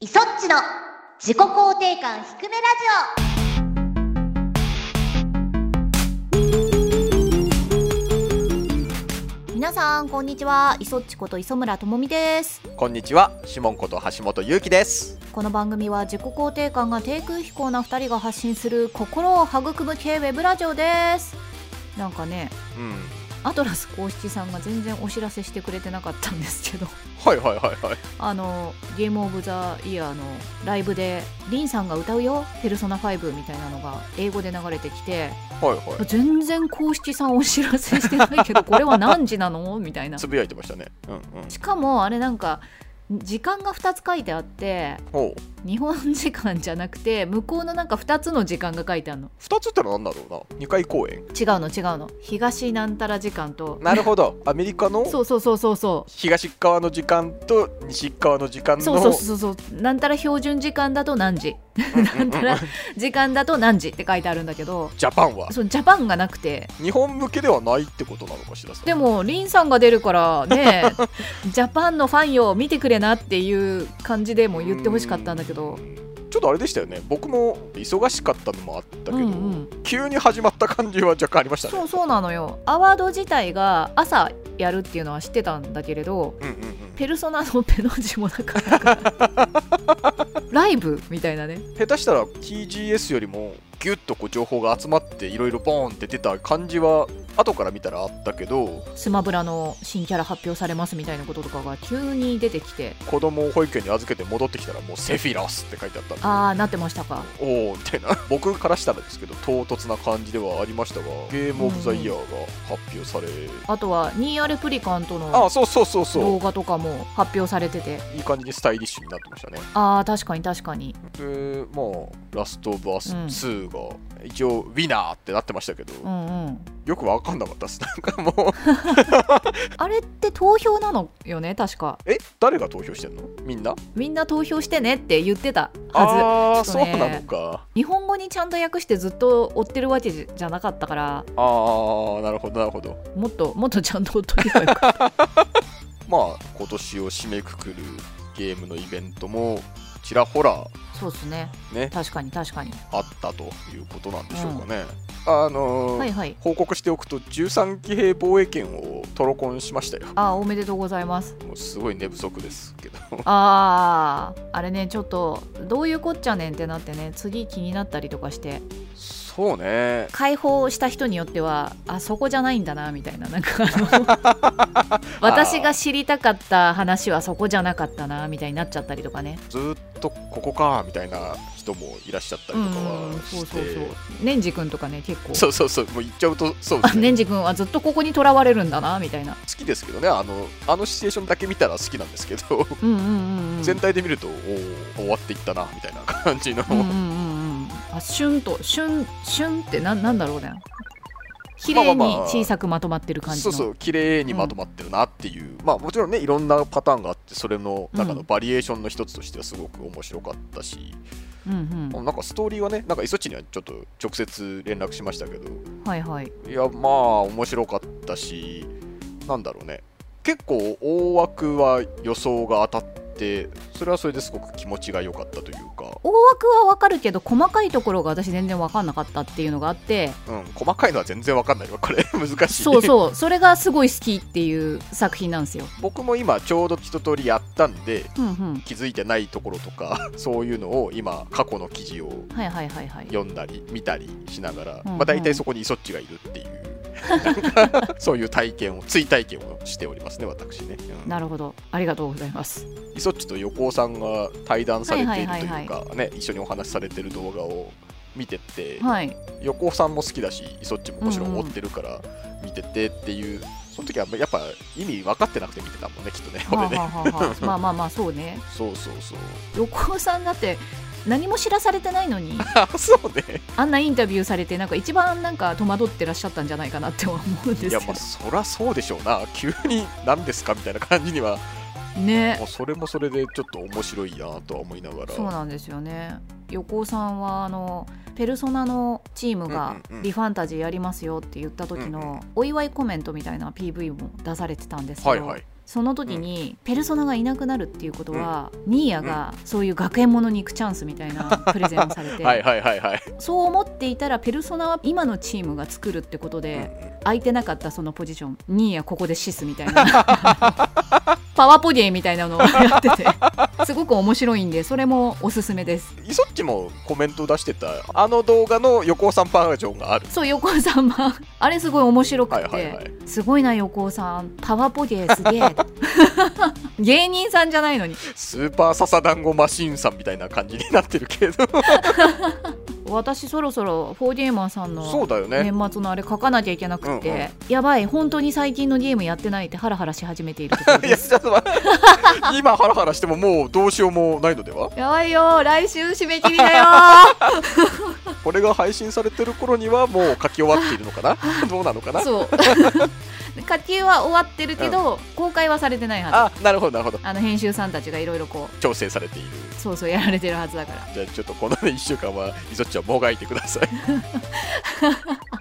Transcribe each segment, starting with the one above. イソッチの自己肯定感低めラジ皆さんこんにちは磯っちこと磯村智美ですこんにちは、シモンこと橋本ゆうきです。この番組は自己肯定感が低空飛行な二人が発信する心を育む系ウェブラジオですなんかねうん。アトラス公式さんが全然お知らせしてくれてなかったんですけどはいはいはいはい。あのゲームオブザイヤーのライブでリンさんが歌うよペルソナ5みたいなのが英語で流れてきてはいは。全然公式さんお知らせしてないけどこれは何時なのみたいないつぶやいてましたね。うんうん。しかもあれなんか時間が2つ書いてあってほう。日本時間じゃなくて向こうのなんか2つの時間が書いてあるの二つってのは何だろうな。二回公演。違うの違うの東なんたら時間となるほど。アメリカのそうそうそうそうそ東側の時間と西側の時間うの。そうそうそうそうなんたら標準時間だと何時うんうなんんうたんら時間だと何時って書いてあるんだけどジャパンはそうジャパンがなくて日本向けではないってことなのかしら。でもリンさんが出るからね ジャパンのファンよ見てくれなっていう感じでも言ってほしかったんだけどう。ん。ちょっとあれでしたよね。僕も忙しかったのもあったけど、うんうん急に始まった感じは若干ありましたね。そうそうなのよアワード自体が朝やるっていうのは知ってたんだけれどうんうんうん。ペルソナのペの字もなかったから ライブみたいなね下手したら TGS よりもギュッとこう情報が集まっていろいろボーンって出た感じは後から見たらあったけどスマブラの新キャラ発表されますみたいなこととかが急に出てきて子供を保育園に預けて戻ってきたらもうセフィラスって書いてあったんでああなってましたかおおみたいな僕からしたらですけど唐突な感じではありましたがゲームオブザイヤーが発表され、あとはニーアレプリカントあのあそうそうそうそ動画とかも発表されててういい感じにスタイリッシュになってましたねああ確かに確かにでまあラストオブアスうん2が一応ウィナーってなってましたけど、うんうんよくわかんなかったですなんかもうあれって投票なのよね確かえ誰が投票してんのみんなみんな投票してねって言ってたああはずちー、ょっとねそうなのか日本語にちゃんと訳してずっと追ってるわけじゃなかったからああなるほどなるほどもっともっとちゃんと追っとけばよかったまあ今年を締めくくるゲームのイベントもちらほらそうですねね確かに確かにあったということなんでしょうかね、あのーはいはい報告しておくと13騎兵防衛権をトロコンしましたよあーおめでとうございますもうすごい寝不足ですけど あーあれねちょっとどういうこっちゃねんってなってね次気になったりとかしてそうね解放した人によってはあそこじゃないんだなみたいななんかあ の私が知りたかった話はそこじゃなかったなみたいになっちゃったりとかねずーっとここかみたいな人もいらっしゃったりとかうんうんはそしうそうそうて年次君とかね結構そうそうそうもう言っちゃうとそうであすね年次君はずっとここにとらわれるんだなみたいな好きですけどねあのあのシチュエーションだけ見たら好きなんですけどうんうんうんうん全体で見るとおー終わっていったなみたいな感じの、うんうんうんうんあシュンとシュンシュンってなんなんだろうね綺麗に小さくまとまってる感じその、うそう綺麗にまとまってるなっていう、まあもちろんねいろんなパターンがあってそれの中うのんバリエーションの一つとしてはすごく面白かったし、うんなんかストーリーはねなんかイソッチにはちょっと直接連絡しましたけどうん、はいはいいやまあ面白かったしなんだろうね結構大枠は予想が当たってそれはそれですごく気持ちが良かったというか、大枠はわかるけど細かいところが私全然わかんなかったっていうのがあってうん、細かいのは全然わかんないわこれ難しいそうそうそれがすごい好きっていう作品なんですよ。僕も今ちょうど一通りやったんでうんうん、気づいてないところとか そういうのを今過去の記事をはいはいはいはい。読んだり見たりしながら、うんうんまあ、大体そこにイソッチがいるっていうなん かそういう体験を追体験をしておりますね私ね、うんなるほどありがとうございます。イソッチと横尾さんが対談されているというか、はいはいね、一緒にお話しされてる動画を見てって、はい、横尾さんも好きだしイソッチももちろん追ってるから見ててっていう、その時はやっぱ意味分かってなくて見てたもんねきっとねは俺あ、はねあはあはあ、まあまあまあそうねそうそうそう横尾さんだって何も知らされてないの にあそうねあんなインタビューされてなんか一番なんか戸惑ってらっしゃったんじゃないかなって思うんでいすやけまあそりゃそうでしょうな急に何ですかみたいな感じにはどねもうそれもそれでちょっと面白いなとは思いながらそうなんですよね横尾さんはあのペルソナのチームがうんうんうん「リファンタジーやりますよ」って言った時うんうのお祝いコメントみたいな PV も出されてたんですけど、はいはいその時にペルソナがいなくなるっていうことは、ニーヤがそういう学園ものに行くチャンスみた いなプレゼンをされて、はいはいはいはい。そう思っていたらペルソナは今のチームが作るってことうんうで、ん空いてなかったそのポジションニーヤここでシスみた いなパワーポディエみたいなのをやっててすごく面白いんでそれもおすすめですイソッチもコメント出してたあの動画の横尾さんバージョンがある。そう横尾さんはあれすごい面白くて、はいはいはいすごいな横尾さんパワーポディエすげえ 芸人さんじゃないのにスーパーササダンゴマシーンさんみたいな感じになってるけど。私そろそろ 4D マンさんそうのだよね。年末のあれ書かなきゃいけなくて、うんうんやばい本当に最近のゲームやってないってハラハラし始めているところ いでや、すちょっと待って今ハラハラしてももうどうしようもないのではやばいよ来週締め切りだよ これが配信されてる頃にはもう書き終わっているのか などうなのかなそう 課金は終わってるけど、公開はされてないはずああ、なるほどなるほど。の編集さんたちがいろいろこ調整されている。うそうそうやられてるはずだからじゃあちょっとこの1週間はイソッチはもがいてくだ さい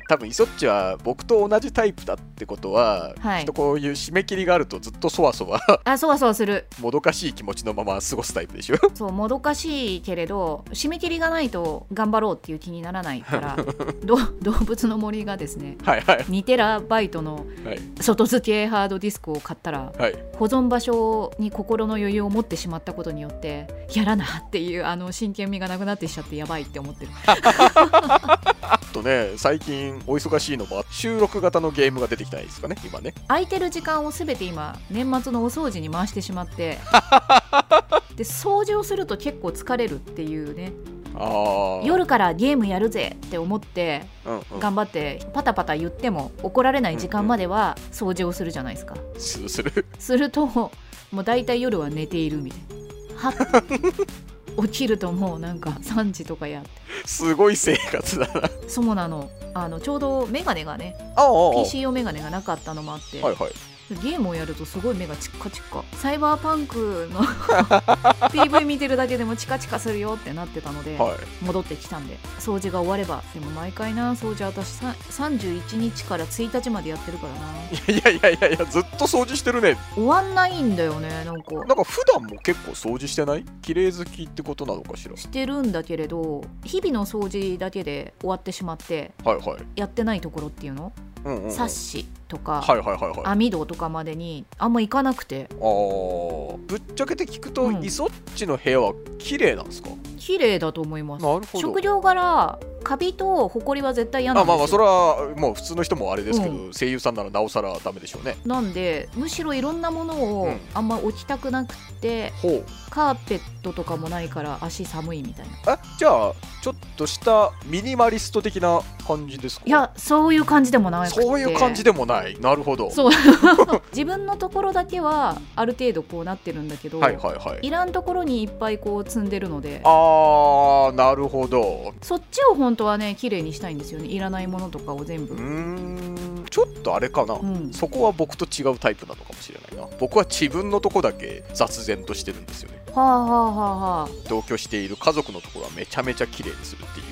多分イソッチは僕と同じタイプだってことは、はいきっとこういう締め切りがあるとずっとそわそわ あそうそうするもどかしい気持ちのまま過ごすタイプでしょ そうもどかしいけれど締め切りがないと頑張ろうっていう気にならないから ど動物の森がですねはいはい2テラバイトのはい外付けハードディスクを買ったらはい保存場所に心の余裕を持ってしまったことによってやらなっていうあの真剣味がなくなってきちゃってやばいって思ってるあとね最近お忙しいのも収録型のゲームが出てきたいですかね今ね空いてる時間を全て今年末のお掃除に回してしまって で掃除をすると結構疲れるっていうねああ夜からゲームやるぜって思ってうんうん頑張ってパタパタ言っても怒られない時間までは掃除をするじゃないですかすする するともう大体夜は寝ているみたいな はっ起きるともうなんか3時とかやってすごい生活だなそうなのあのちょうど眼鏡がねああああ PC 用眼鏡がなかったのもあって、はいはいゲームをやるとすごい目がチッカチッカサイバーパン クの PV 見てるだけでもチカチカするよってなってたので、はい戻ってきたんで掃除が終わればでも毎回な掃除私さ31日から1日までやってるからないやいやいやいやずっと掃除してるね終わんないんだよねなんかなんか普段も結構掃除してない綺麗好きってことなのかしらしてるんだけれど日々の掃除だけで終わってしまってはいはいやってないところっていうの、うんうんうん、サッシとか、はいはいはいはい。網戸とかまでにあんま行かなくてあーぶっちゃけて聞くと、うんイソッチの部屋は綺麗なんですか。綺麗だと思いますなるほど食。料柄カビとホコリは絶対嫌なあんでますよあまあそれはもう普通の人もあれですけど、う声優さんならなおさらダメでしょうね。なんでむしろいろんなものうをんあんま置きたくなくて、ほう。カーペットとかもないから足寒いみたいなあじゃあちょっとしたミニマリスト的な感じですか。いやそういう感じでもなくてそういう感じでもない。なるほど。そう 自分のところだけはある程度こうなってるんだけど、はいはいはい。いらんところにいっぱいこう積んでるのであーなるほど。そっちを本当はね綺麗にしたいんですよねいらないものとかを全部、うーうんちょっとあれかな。ん、そこは僕と違うタイプなのかもしれないな僕は自分のとこだけ雑然としてるんですよねはあはあはあは同居している家族のところはめちゃめちゃ綺麗にするっていう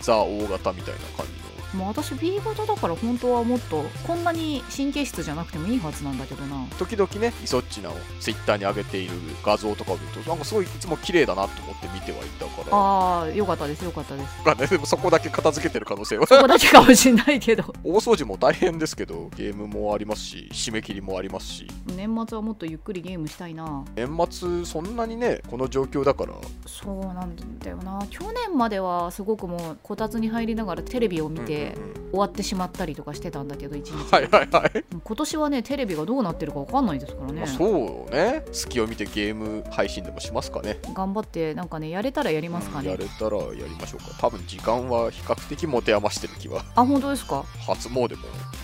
ザ・大型みたいな感じあもう私 B 型だから本当はもっとこんなに神経質じゃなくてもいいはずなんだけどなの時々ねイソッチナをツイッターに上げている画像とかを見るとなんかすごいいつも綺麗だなと思って見てはいたからああよかったですよかったですわかんないでもそこだけ片付けてる可能性は そこだけかもしれないけど大掃除も大変ですけどゲームもありますし締め切りもありますし年末はもっとゆっくりゲームしたいな年末そんなにねこの状況だからそうなんだよな去年まではすごくもうこたつに入りながらテレビを見うんうてんうん終わってしまったりとかしてたんだけ ど一日はいはいはい今年はねテレビがどうなってるかわかんないですからねまあ、そうね隙を見てゲーム配信でもしますかね頑張ってなんかねやれたらやりますかうんねやれたらやりましょうか多分時間は比較的持て余してる気はあ本当ですか初詣も行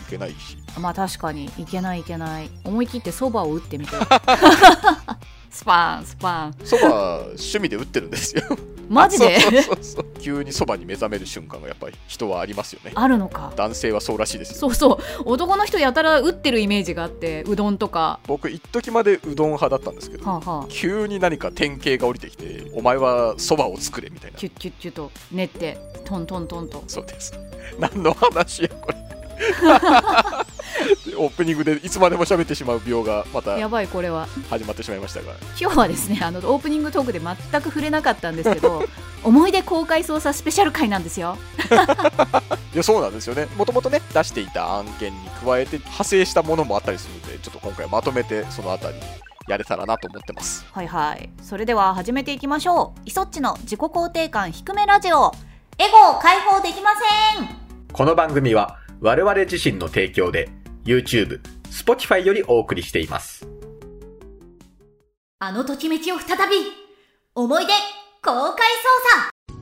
けないしまあ確かにいけないいけない思い切ってそばを打ってみて スパンスパンそ ば趣味で打ってるんですよマジでそうそうそうそう急にそばに目覚める瞬間がやっぱり人はありますよねあるのか男性はそうらしいですよそうそう男の人やたら打ってるイメージがあってうどんとか僕一時までうどん派だったんですけど、はあはあ急に何か典型が降りてきてお前はそばを作れみたいなキュッキュッキュッと練ってトントントンとそうです何の話やこれオープニングでいつまでも喋ってしまう病がまたやばいこれは始まってしまいましたが今日はですねあのオープニングトークで全く触れなかったんですけ ど思い出公開捜査スペシャル回なんですよいやそうなんですよねもともとね出していた案件に加えて派生したものもあったりするのでちょっと今回まとめてそのあたりやれたらなと思ってますはいはいそれでは始めていきましょうイソッチの自己肯定感低めラジオエゴを解放できませんこの番組は我々自身の提供で YouTube、Spotify よりお送りしています。あのときめきを再び思い出公開捜査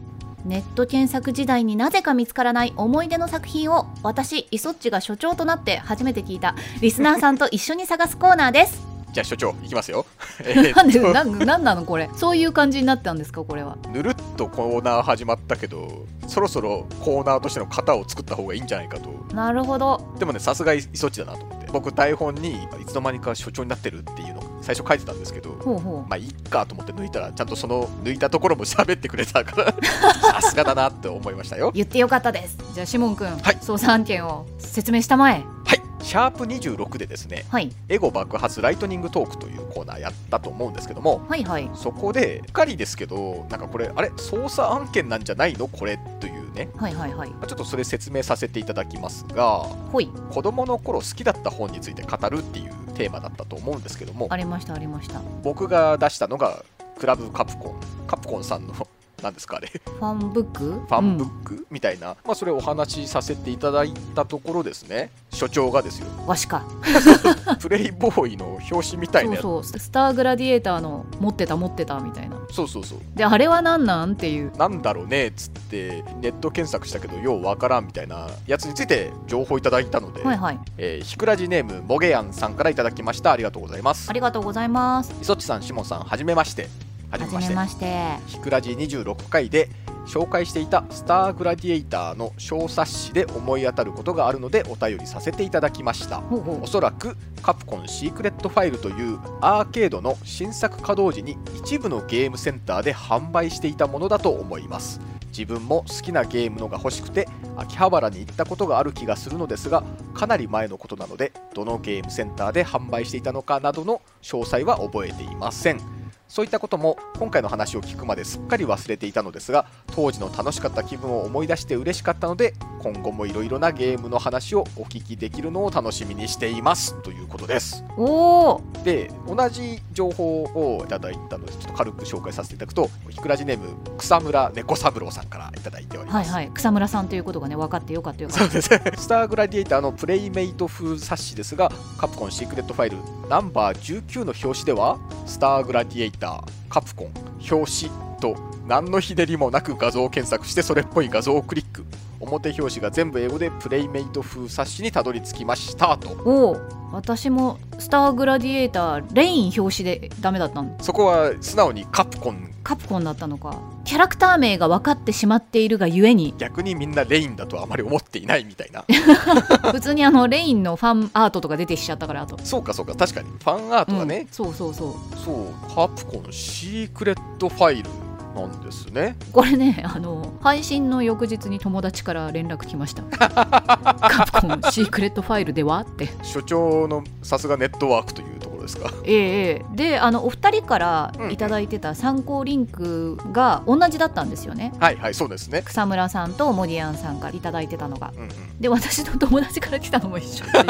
ネット検索時代になぜか見つからない思い出の作品を私イソッチが所長となって初めて聞いたリスナーさんと一緒に探すコーナーですじゃあ所長いきますよえーなんでなんなんなのこれそういう感じになったんですかこれはぬるっとコーナー始まったけどそろそろコーナーとしての型を作った方がいいんじゃないかとなるほどでもねさすがいそっちだなと思って僕台本にいつの間にか所長になってるっていうのを最初書いてたんですけどほうほまあいっかと思って抜いたらちゃんとその抜いたところも喋ってくれた からさすがだなって思いましたよう言ってよかったですじゃあシモン君、はい捜査案件を説明したまえはいシャープ26でですねはいエゴ爆発ライトニングトークというコーナーやったと思うんですけどもはいはいそこでうっかりですけどなんかこれあれ捜査案件なんじゃないのこれというねはいはいはいまあちょっとそれ説明させていただきますがほい子供の頃好きだった本について語るっていうテーマだったと思うんですけどもありましたありましたフ僕が出したのがクラブカプコンカプコンさんの何ですかあれファンブックファンブック、みたいな、まあ、それをお話しさせていただいたところですね所長がですよわしかプレイボーイの表紙みたいそなうやつそそうスターグラディエーターの持ってた持ってたみたいなうそうそうであれは何なんっていうなんだろうねっつってネット検索したけどようわからんみたいなやつについて情報いただいたので、はいはいえーひくらじネームもげやんさんからいただきましたありがとうございますありがとうございます磯地さんしもんさんはじめましてははじめましてひくらじ26回で紹介していた「スター・グラディエイター」の小冊子で思い当たることがあるのでお便りさせていただきましたほうほおうそらくカプコンシークレットファイルというアーケードの新作稼働時に一部のゲームセンターで販売していたものだと思います自分も好きなゲームのが欲しくて秋葉原に行ったことがある気がするのですがかなり前のことなのでどのゲームセンターで販売していたのかなどの詳細は覚えていませんそういったことも今回の話を聞くまですっかり忘れていたのですが当時の楽しかった気分を思い出して嬉しかったので今後もいろいろなゲームの話をお聞きできるのを楽しみにしていますということですおおで同じ情報をいただいたのでちょっと軽く紹介させていただくとひくらじネーム草村猫三郎さんからいただいておりはまいす、はい草村さんということがね分かってよかったよかそっうたですスターグラディエイターのプレイメイト風冊子ですがカプコンシークレットファイルナンバー19の表紙ではスターグラディエイターカプコン表紙と何の日照りもなく画像を検索してそれっぽい画像をクリック表表紙が全部英語でプレイメイト風冊子にたどり着きましたとおお私もスターグラディエーターレイン表紙でダメだったのそこは素直にカプコンカプコンだったのかキャラクター名が分かってしまっているがゆえに逆にみんなレインだとはあまり思っていないみた いな普通にあのレインのファンアートとか出てきちゃったからあとそうかそうか確かにファンアートがねうん、そうそうそうそうカプコンシークレットファイルなんですねこれねあの配信の翌日に友達から連絡来ましたカプコンシークレットファイルではって所長のさすがネットワークというところですかええええであのお二人からいただいてた参考リンクが同じだったんですよねはいはいそうですね草村さんとモディアンさんからいただいてたのがうんうんで私の友達から来たのも一緒っていう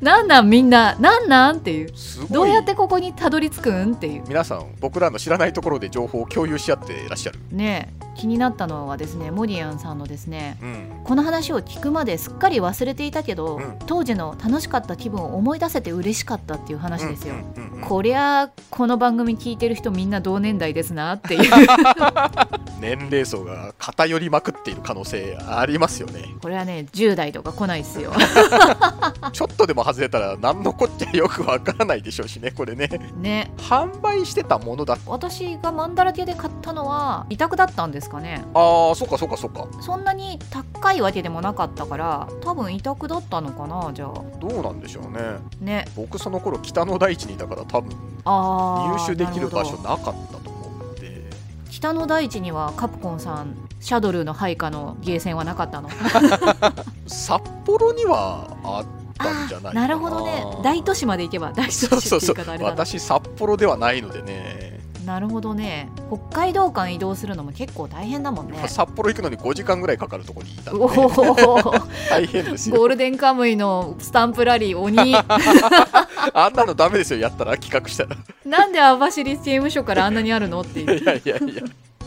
なんなんみんななんなんっていうすごいどうやってここにたどり着くんっていう皆さん僕らの知らないところで情報を共有し合っていらっしゃるねえ気になったのはですねモディアンさんのですねうんこの話を聞くまですっかり忘れていたけど、うん当時の楽しかった気分を思い出せて嬉しかったっていう話ですよ、うんうんうんこりゃあこの番組聞いてる人みんな同年代ですなって いう年齢層が偏りまくっている可能性ありますよねこれはね10代とか来ないですよちょっとでも外れたら何のこっちゃよくわからないでしょうしねこれねね販売してたものだ私がマンダラテで買ったのは委託だったんですかねああそうかそうかそうかそんなに高いわけでもなかったから多分委託だったのかなじゃあどうなんでしょうねね僕その頃北の大地にいたから多分あー入手できる場所ななほどかったと思って北の大地にはカプコンさんシャドルの配下のゲーセンはなかったの札幌にはあったんじゃないかななるほどね大都市まで行けば大都市そうそうってそういう方あれだな私札幌ではないのでね、なるほどね北海道間移動するのも結構大変だも んねまあ札幌行くのに5時間ぐらいかかるところにいたおのおでー大変ですゴよールデンカムイのスタンプラリ ー鬼あんなのダメですよやったら企画した らなんで網走刑務所からあんなにあるのっていういやいやいや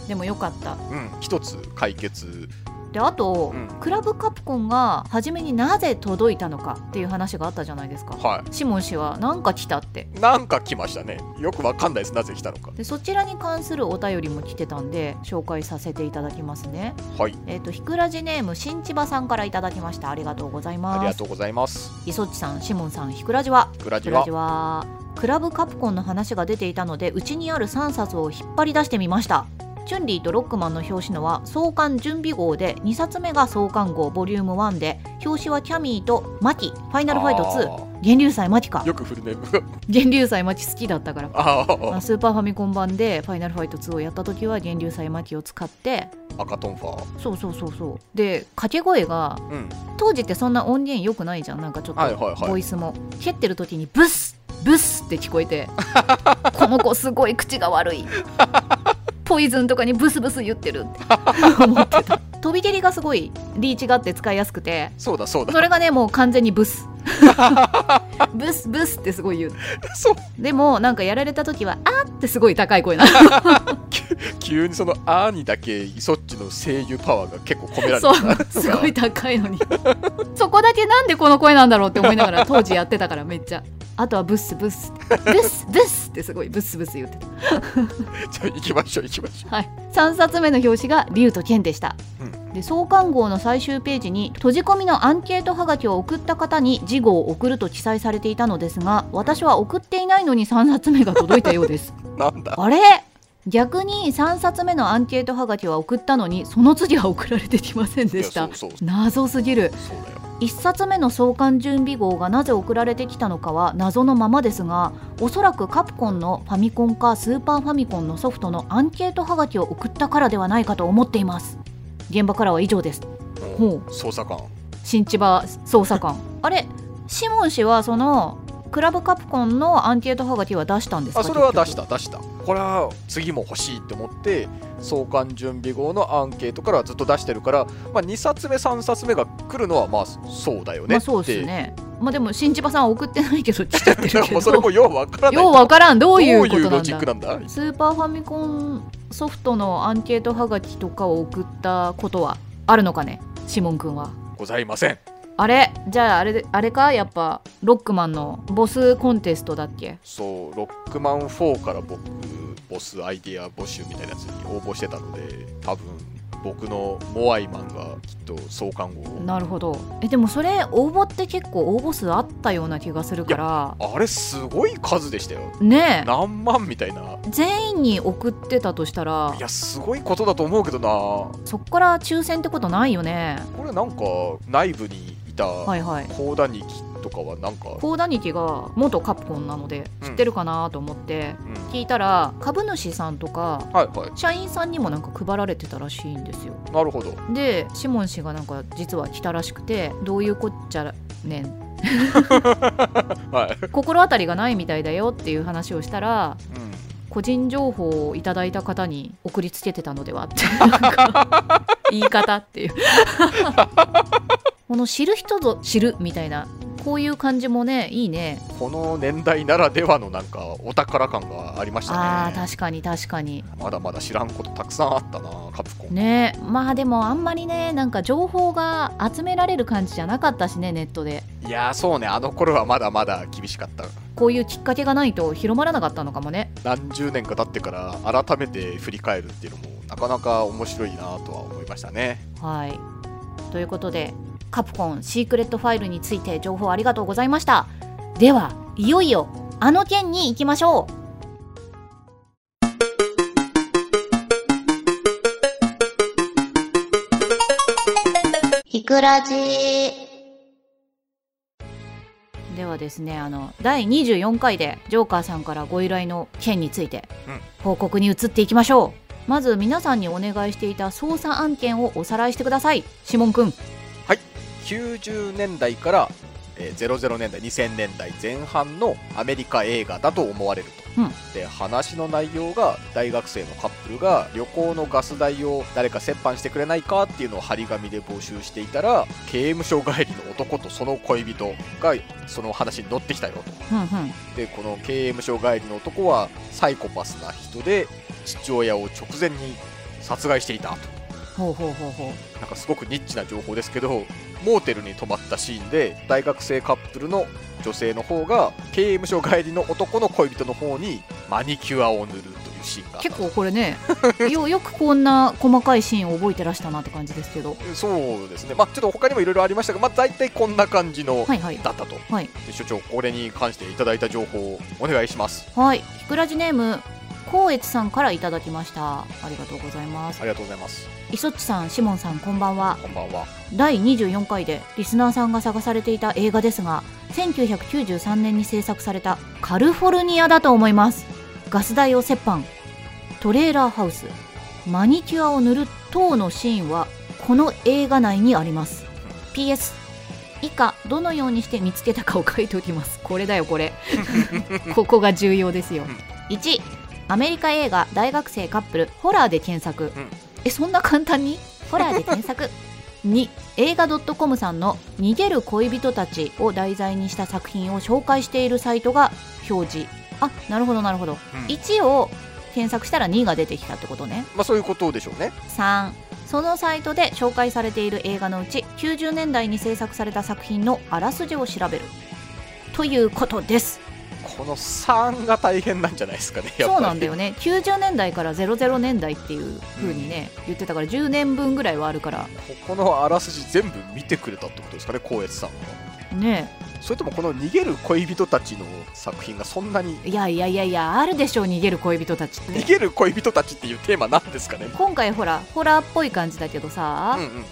でもよかったうん一つ解決であと、うんクラブカプコンが初めになぜ届いたのかっていう話があったじゃないですかはシモン氏はなんか来たっていなんか来ましたねよくわかんないですなぜ来たのかでそちらに関するお便りも来てたんで紹介させていただきますねはいえっ、とひくらじネーム新千葉さんからいただきましたありがとうございありまがすとうございます磯っちさんシモンさんひくらじはグラひくジらはじはクラブカプコンの話が出ていたのでうちにある3冊を引っ張り出してみましたチュンリーとロックマンの表紙のは創刊準備号で2冊目が創刊号ボリューム1で表紙はキャミーとマキファイナルファイト2あ源流祭マキかーよくフルネームが源流祭マキ好きだったからあまあースーパーファミコン版で「ファイナルファイト2」をやった時は源流祭巻きを使って赤トンファーそうそうそうそうで掛け声がうん当時ってそんな音源良くないじゃんなんかちょっはいはいはといボイスも蹴ってる時にブスブスって聞こえて この子すごい口が悪いポイズンとかにブスブス言ってるって思ってた飛び蹴りがすごいリーチがあって使いやすくてそうだそうだそれがねもう完全に ブスブスブスってすごい言うそうでもなんかやられた時はあーってすごい高い声なの急にその「あ」にだけイソッチの声優パワーが結構込められてそうたすごい高いのにそこだけなんでこの声なんだろうって思いながら当時やってたからめっちゃあとはブッスブッスブッスブッスってすごいブッスブッス言ってた、 じゃあ行きましょう行きましょはい、3冊目の表紙が竜と剣でした、うんで創刊号の最終ページに閉じ込みのアンケートはがきを送った方に事後を送ると記載されていたのですが私は送っていないのに3冊目が届いたようです うなんだあれ逆に3冊目のアンケートはがきは送ったのにその次は送られてきませんでしいやたそうそう謎すぎるそうだよ1冊目の創刊準備号がなぜ送られてきたのかは謎のままですがおそらくカプコンのファミコンかスーパーファミコンのソフトのアンケートはがきを送ったからではないかと思っています現場からは以上ですほ捜査官新千葉捜査官あれシモン氏はそのクラブカプコンのアンケートはがきは出したんですかあそれは出し結た出したこれは次も欲しいって思って創刊準備号のアンケートからずっと出してるから、まあ、2冊目3冊目が来るのはまあそうだよ局まねあって、そうですねまあでも新千葉さんは送ってないけど来ちゃってでるけも どそれもようわからないようわからんどどういううこというなんだロジックなんだスーパーファミコンソフトのアンケートはがきとかを送ったことはあるのかねシモン君はございませんあれじゃああれであれかやっぱロックマンのボスコンテストだっけそうロックマン4から僕ボスアイデア募集みたいなやつに応募してたので多分僕のモアイマンがきっと創刊号をなるほどえでもそれ応募って結構応募数あったような気がするからあれすごい数でしたよねえ何万みたいな全員に送ってたとしたらいやすごいことだと思うけどなそっから抽選ってことないよねこれなんか内部にいたはいはい高田日記とかはなんか、コーダニキが元カプコンなので知ってるかなと思ってうん聞いたら株主さんとかはいは社員さんにもなんか配られてたらしいんですよいなるほどでシモン氏がなんか実は来たらしくてどういうこっちゃねんはい、心当たりがないみたいだよっていう話をしたらうん個人情報をいただいた方に送りつけてたのではってなんか言い方っていうこの知る人ぞ知るみたいなこういう感じもねいいねこの年代ならではのなんかお宝感がありましたねあー確かに確かにまだまだ知らんことたくさんあったなカプコン、ねまあでもあんまりねなんか情報が集められる感じじゃなかったしねネットでいやーそうねあの頃はまだまだ厳しかったこういうきっかけがないと広まらなかったのかもね。何十年か経ってから改めて振り返るっていうのもなかなか面白いなとは思いましたねはい。ということで、カプコンシークレットファイルについて情報ありがとうございました。では、いよいよ、あの件に行きましょう。ひくらじではですね、あの、第24回でジョーカーさんからご依頼の件についてうん、報告に移っていきましょう。まず皆さんにお願いしていた捜査案件をおさらいしてください。シモンくん。 90年代から、えー00年代2000年代前半のアメリカ映画だと思われると、うんで話の内容が大学生のカップルが旅行のガス代を誰か折半してくれないかっていうのを張り紙で募集していたら刑務所帰りの男とその恋人がその話に乗ってきたよとうんうんでこの刑務所帰りの男はサイコパスな人で父親を直前に殺害していたとほうほうほうほうなんかすごくニッチな情報ですけどモーテルに泊まったシーンで大学生カップルの女性の方が刑務所帰りの男の恋人の方にマニキュアを塗るというシーンがあった結構こ れねよよくこんな細かいシーンを覚えてらしたなって感じですけどそうですねまあちょっと他にもいろいろありましたが、まあ、大体こんな感じのはいはいだったと、はいで所長これに関していただいた情報をお願いしますはいひくらじネーム光悦さんからいただきましたありがとうございますありがとうございます磯っちさんシモンさんこんばんはこんばんは第24回でリスナーさんが探されていた映画ですが1993年に制作された「カルフォルニア」だと思いますガス代を折半トレーラーハウスマニキュアを塗る等のシーンはこの映画内にあります PS 以下どのようにして見つけたかを書いておきますこれだよ これここが重要ですよ1アメリカ映画大学生カップルホラーで検索、うんえそんな簡単にホラーで検索2映画 .com さんの「逃げる恋人たち」を題材にした作品を紹介しているサイトが表示あなるほどなるほど、うん1を検索したら2が出てきたってことねまあそういうことでしょうね3そのサイトで紹介されている映画のうち90年代に制作された作品のあらすじを調べるということですこの3が大変なんじゃないですかねやっぱりそうなんだよね90年代から00年代っていう風にね、言ってたから10年分ぐらいはあるからここのあらすじ全部見てくれたってことですかね光悦さんはねそれともこの逃げる恋人たちの作品がそんなにいやいやいやいやあるでしょう逃げる恋人たちって逃げる恋人たちっていうテーマなんですかね今回ほらホラーっぽい感じだけどうさん、うんうんうん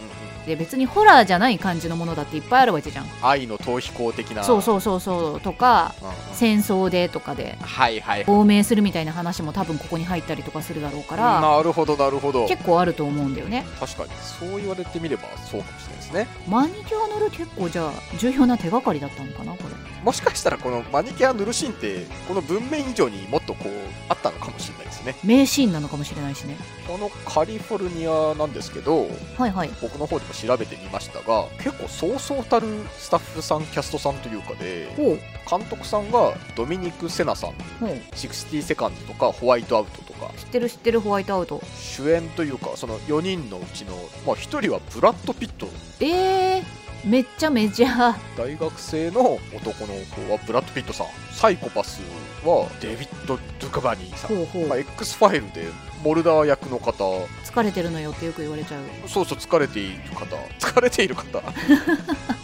で別にホラーじゃない感じのものだっていっぱいあるわけじゃん愛の逃避行的なそうそうそうそうとかうんうん、戦争でとかではいはい亡命するみたいな話も多分ここに入ったりとかするだろうからなるほどなるほど結構あると思うんだよね確かにそう言われてみればそうかもしれないですねマニキュア塗る結構じゃあ重要な手がかりだったのかなこれもしかしたらこのマニキュア塗るシーンってこの文面以上にもっとこうあったのかもしれないですね名シーンなのかもしれないしねこのカリフォルニアなんですけどはいはい僕の方でも調べてみましたが結構そうそうたるスタッフさんキャストさんというかでほう監督さんがドミニク・セナさんほう60セカンドとかホワイトアウトとか知ってる知ってるホワイトアウト主演というかその4人のうちの、まあ、1人はブラッド・ピットえー、めっちゃメジャー大学生の男の子はブラッド・ピットさんサイコパスはデビッド・ドゥカバニーさん、ほうほうまあ、X ファイルでモルダー役の方疲れてるのよってよく言われちゃうそうそう疲れている方疲れている方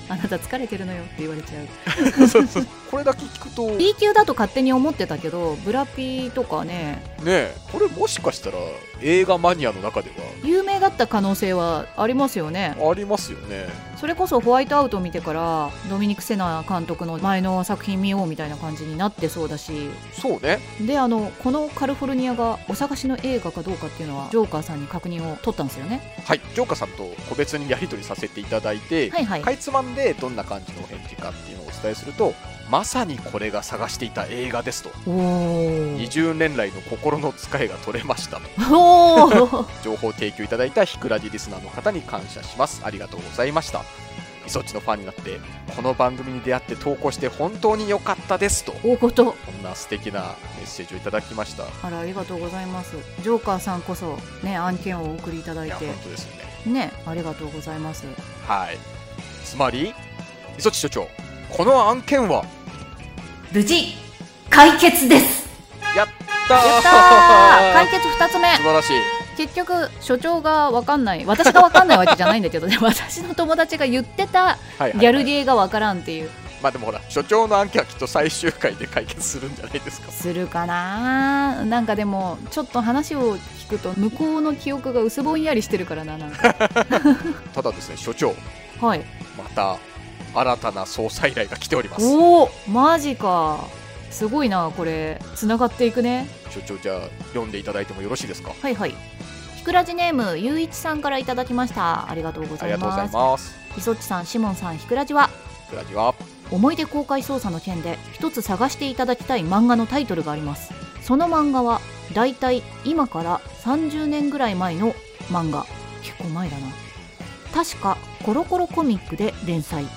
あなた疲れてるのよって言われちゃうそうそうこれだけ聞くと B 級だと勝手に思ってたけどブラピーとかねねえこれもしかしたら映画マニアの中で有名だった可能性はありますよねはありますよねそれこそホワイトアウトを見てからドミニク・セナ監督の前の作品見ようみたいな感じになってそうだしそうねであのこの「カルフォルニア」がお探しの映画かどうかっていうのはジョーカーさんに確認を取ったんですよねはいジョーカーさんと個別にやり取りさせていただいて、はいはいかいつまんでどんな感じのお返事かっていうのをお伝えするとまさにこれが探していた映画ですとおー20年来の心の使いが取れましたとおー情報を提供いただいたひくらじリスナーの方に感謝しますありがとうございましたいそっちのファンになってこの番組に出会って投稿して本当に良かったですと 大事こんな素敵なメッセージをいただきましたあらありがとうございますジョーカーさんこそね案件をお送りいただいいやて本当ですよねねありがとうございますはいつまり磯地所長この案件は無事、解決ですやったーやった ー解決2つ目素晴らしい結局所長が分かんない私が分かんないわけじゃないんだけどね私の友達が言ってたはいはい、ギャルゲーが分からんっていうまあでもほら所長の案件はきっと最終回で解決するんじゃないですかするかななんかでもちょっと話を聞くと向こうの記憶が薄ぼんやりしてるからななんかただですね所長 はいまた新たな捜査依頼が来ておりますおおマジかすごいなこれつながっていくね所長じゃあ読んでいただいてもよろしいですかはいはいひくらじネームゆういちさんからいただきましたありがとうごあざりいがとうござまいすますいそっちさんしもんさんひくらじはブラジは「思い出公開捜査の件で一つ探していただきたい漫画のタイトルがありますその漫画はだいたい今から30年ぐらい前の漫画結構前だな確かコロコロコミックで連載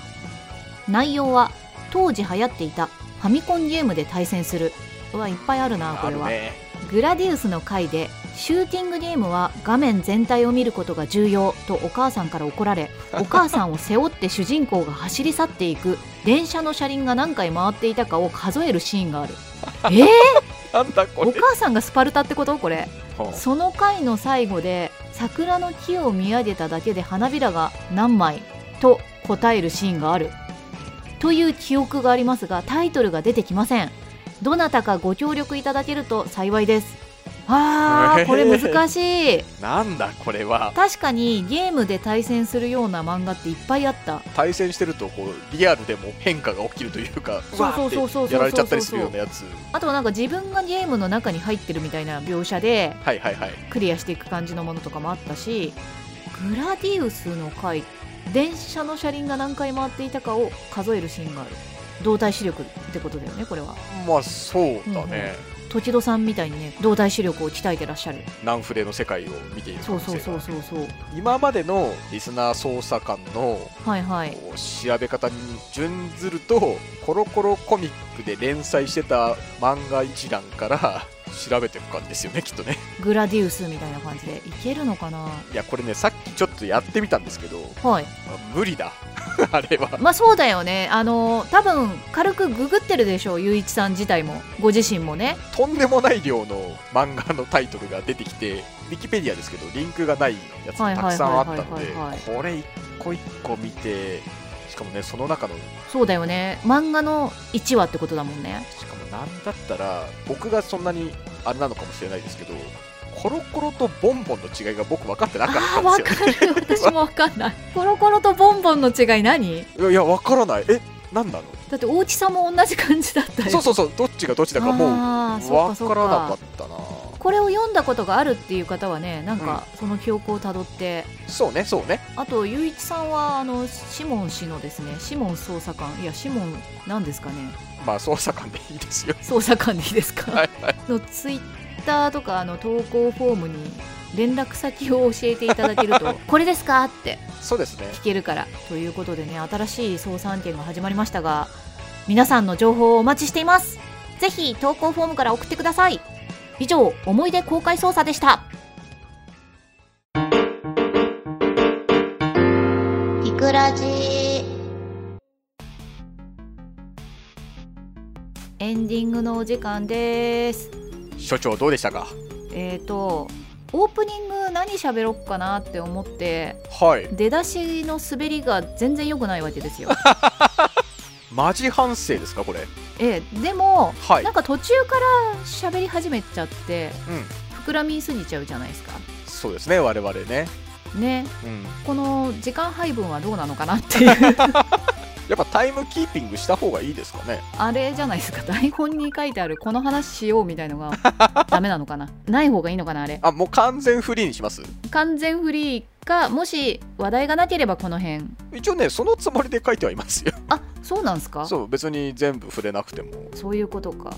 内容は当時流行っていたファミコンゲームで対戦するうわいっぱいあるなこあれるは、ねグラディウスの回でシューティングゲームは画面全体を見ることが重要とお母さんから怒られお母さんを背負って主人公が走り去っていく電車の車輪が何回回っていたかを数えるシーンがあるえー、なんだこおれ母さんがスパルタってことこれうんその回の最後で桜の木を見上げただけで花びらが何枚と答えるシーンがあるという記憶がありますがタイトルが出てきませんどなたかご協力いただけると幸いですあーこれ難しいなんだこれは確かにゲームで対戦するような漫画っていっぱいあった対戦してるとこうリアルでも変化が起きるというかそうそうそうそわーっうそうそうそうてやられちゃったりするようなやつあとはなんか自分がゲームの中に入ってるみたいな描写ではいはいはいクリアしていく感じのものとかもあったしグラディウスの回電車の車輪が何回回っていたかを数えるシーンがある動体視力ってことだよねこれはまあそうだね、時戸さんみたいにね動体視力を鍛えてらっしゃるナンフレの世界を見ているそうそう可そう能性そうそうが今までのリスナー捜査官のはいはいこう調べ方に準ずるとコロコロコミックで連載してた漫画一覧から 調べてる感じですよねきっとねグラディウスみたいな感じでいけるのかないやこれねさっきちょっとやってみたんですけどはい無理だ あれはまあそうだよねあの多分軽くググってるでしょうゆういちさん自体もご自身もねとんでもない量の漫画のタイトルが出てきてウィキペディアですけどリンクがないやつはがいたはくいさんあはっいたのはいではいはいこれ一個一個見てしかもねその中のそうだよね漫画の1話ってことだもんねしかもなんだったら僕がそんなにあれなのかもしれないですけどコロコロとボンボンの違いが僕分かってなかったあんーですわよね かる私もわかんない コロコロとボンボンの違い何いやいや分からないえ何なのだって大きさも同じ感じだったよそうそうそうどっちがどっちだかもうあーそうか分そうからなかかったなこれを読んだことがあるっていう方はねなんかその記憶をたどって、そうねそうねあとゆういちさんはあのシモン氏のですねシモン捜査官いやシモンなんですかねまあ捜査官でいいですよ捜査官でいいですか、はいはいのツイッターとかあの投稿フォームに連絡先を教えていただ けるとこれですかってそうですね聞けるからということでね新しい捜査案件が始まりましたが皆さんの情報をお待ちしていますぜひ投稿フォームから送ってください以上思い出公開捜査でしたひくらじエンディングのお時間です所長どうでしたかえーとオープニング何喋ろっかなって思ってはい出だしの滑りが全然良くないわけ ですよ、マジ反省ですかこれええでもはいなんか途中から喋り始めちゃってうん膨らみすぎちゃうじゃないですか そうですね我々ねねうんこの時間配分はどうなのかなっていうやっぱタイムキーピングした方がいいですかねあれじゃないですか 台本に書いてあるこの話しようみたい のがダメなのかなない方がいいのかなあれあもう完全フリーにします完全フリーかもし話題がなければこの辺一応ねそのつもりで書いてはいますよあそうなんですかそうそう別に全部触れなくてもいうこ とか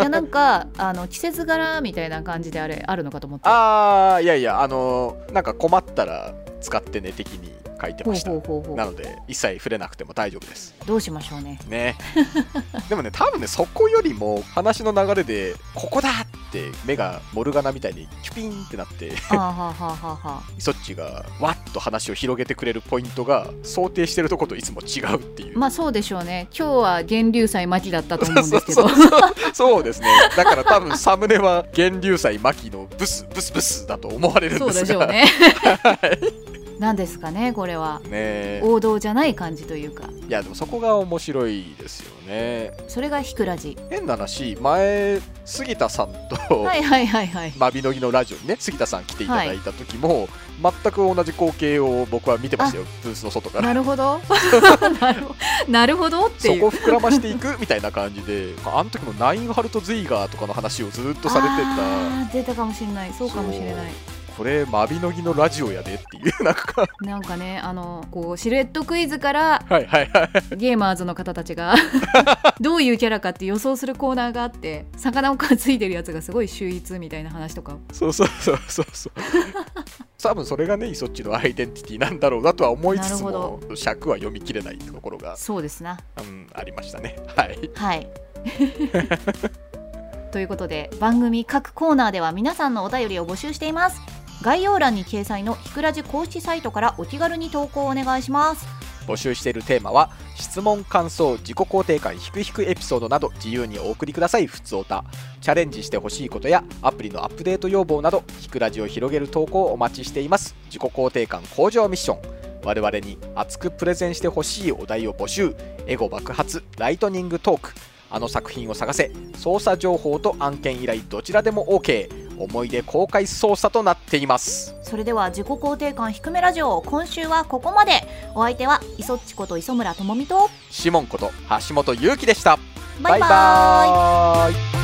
いやなんかあの季節柄みたいな感じであれあるのかと思ってあーいやいやあのーなんか困ったら使ってね的に書いてほうましたほうほうほなうので一切触れなくても大丈夫ですどうしましょ うねねでもね多分ねそこよりも話の流れでここだって目がモルガナみたいにキュピンってなってはあはあはあはあはあそっちがわっと話を広げてくれるポイントが想定してるとこといつも違うっていうまあそうでしょうね今日は源流祭巻きだったと思うんですけそどうそうそうそうですねだから多分サムネは源流祭マキのブスブスブスだと思われるん そでうですしょうがね なんですかねこれはねえ王道じゃない感じというかいやでもそこが面白いですよねそれがひくらじ変な話前杉田さんと、はいはいはいはいマビノギのラジオにね杉田さん来ていただいた時も、全く同じ光景を僕は見てましたよブースの外から なるほどなるほなるほどっそていうこを膨らましていくみたいな感じ であの時のナインハルト・ズイガーとかの話をずっとされてあー出たかもしれないそうかもしれないたこそれマビノギのラジオやでっていうなん かなんかねあのこうシルエットクイズからはいはいはいゲーマーズの方たち がどういうキャラかって予想するコーナーがあって魚を担いでるやつがすごい秀逸みたいな話とかそうそうそうそうそう多分それがねイソッチのアイデンティティなんだろうなとは思いつつなるも尺は読み切れないところが、そうですなうん、ありましたねはい はいということで番組各コーナーでは皆さんのお便りを募集しています概要欄に掲載のひくらじ公式サイトからお気軽に投稿お願いします募集しているテーマは質問感想自己肯定感ひくひくエピソードなど自由にお送りくださいふつおたチャレンジしてほしいことやアプリのアップデート要望などひくラジを広げる投稿をお待ちしています自己肯定感向上ミッション我々に熱くプレゼンしてほしいお題を募集エゴ爆発ライトニングトークあの作品を探せ捜査情報と案件依頼どちらでも OK 思い出公開捜査となっていますそれでは自己肯定感低めラジオ今週はここまでお相手は磯っちこと磯村智美とシモンこと橋本優希でしたバイバーイバイバーイ